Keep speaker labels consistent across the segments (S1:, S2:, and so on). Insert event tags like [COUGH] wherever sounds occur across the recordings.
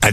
S1: À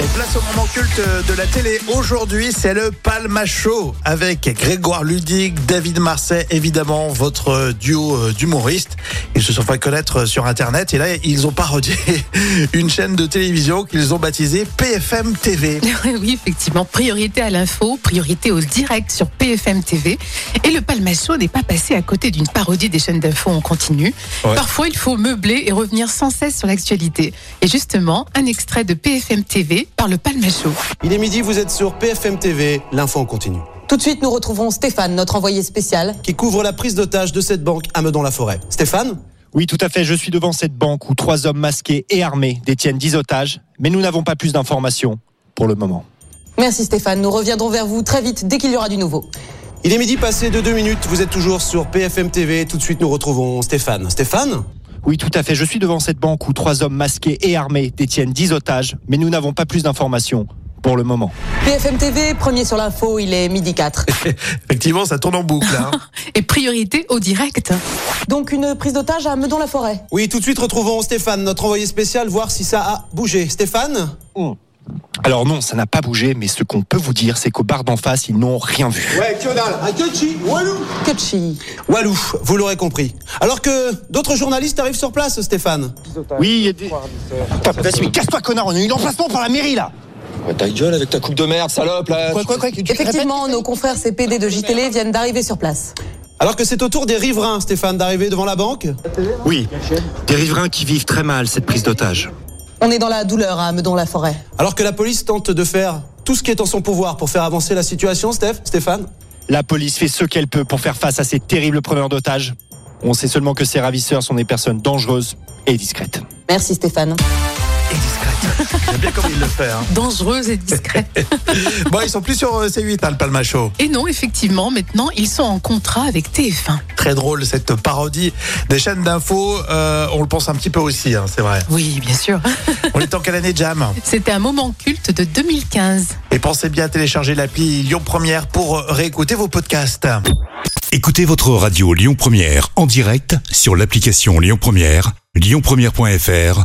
S2: Et place au moment culte de la télé. Aujourd'hui, c'est le Palma Show avec Grégoire Ludig, David Marseille, évidemment, votre duo euh, d'humoristes. Ils se sont fait connaître sur Internet et là, ils ont parodié [LAUGHS] une chaîne de télévision qu'ils ont baptisée PFM TV.
S3: Oui, [LAUGHS] oui, effectivement. Priorité à l'info, priorité au direct sur PFM TV. Et le Palmacho n'est pas passé à côté d'une parodie des chaînes d'info en continu.
S2: Ouais.
S3: Parfois, il faut meubler et revenir sans cesse sur l'actualité. Et justement, un extrait de PFM TV par le Palmacho.
S4: Il est midi, vous êtes sur PFM TV, l'info en continu,
S5: Tout de suite, nous retrouverons Stéphane, notre envoyé spécial.
S4: qui couvre la prise d'otage de cette banque à Meudon-la-Forêt. Stéphane
S6: Oui, tout à fait. Je suis devant cette banque où trois hommes masqués et armés détiennent 10 otages, mais nous n'avons pas plus d'informations pour le moment.
S5: Merci Stéphane, nous reviendrons vers vous très vite dès qu'il y aura du nouveau.
S4: Il est midi passé de deux minutes, vous êtes toujours sur PFM TV, tout de suite nous retrouvons Stéphane. Stéphane
S6: Oui, tout à fait. Je suis devant cette banque où trois hommes masqués et armés détiennent 10 otages, mais nous n'avons pas plus d'informations pour le moment.
S5: PFM TV, premier sur l'info, il est midi 4.
S2: Effectivement, ça tourne en boucle. hein.
S3: Et priorité au direct.
S5: Donc une prise d'otage à Meudon-la-Forêt.
S4: Oui, tout de suite retrouvons Stéphane, notre envoyé spécial, voir si ça a bougé. Stéphane
S6: Alors non, ça n'a pas bougé, mais ce qu'on peut vous dire, c'est qu'au bar d'en face, ils n'ont rien vu.
S4: Ouais, que dalle, un Walou
S5: Kutchi.
S4: Walou, vous l'aurez compris. Alors que d'autres journalistes arrivent sur place, Stéphane.
S6: Oui, il y a des... Putain, vas-y, mais casse-toi, connard, on a eu l'emplacement par la mairie, là
S7: Ouais, ta gueule avec ta coupe de merde, salope là
S6: Quoi, quoi, quoi tu- tu
S5: Effectivement, nos confrères CPD de JTL viennent d'arriver sur place.
S4: Alors que c'est au tour des riverains, Stéphane, d'arriver devant la banque.
S6: répètes Oui, des riverains qui vivent très mal cette prise d'otages.
S5: On est dans la douleur à Meudon-la-Forêt.
S4: Alors que la police tente de faire tout ce qui est en son pouvoir pour faire avancer la situation, Steph, Stéphane.
S6: La police fait ce qu'elle peut pour faire face à ces terribles preneurs d'otages. On sait seulement que ces ravisseurs sont des personnes dangereuses et discrètes.
S5: Merci Stéphane.
S2: Et discrète. J'aime bien comme il le fait. hein.
S3: Dangereuse et discrète.
S2: Bon, ils sont plus sur euh, C8, hein, le Palma Show.
S3: [LAUGHS] Et non, effectivement, maintenant, ils sont en contrat avec TF1.
S2: Très drôle cette parodie des chaînes d'infos. Euh, on le pense un petit peu aussi, hein, c'est vrai.
S3: Oui, bien sûr.
S2: On est en quelle année, Jam
S3: C'était un moment culte de 2015.
S2: Et pensez bien à télécharger l'appli Lyon Première pour réécouter vos podcasts.
S1: Écoutez votre radio Lyon Première en direct sur l'application Lyon Première, lyonpremière.fr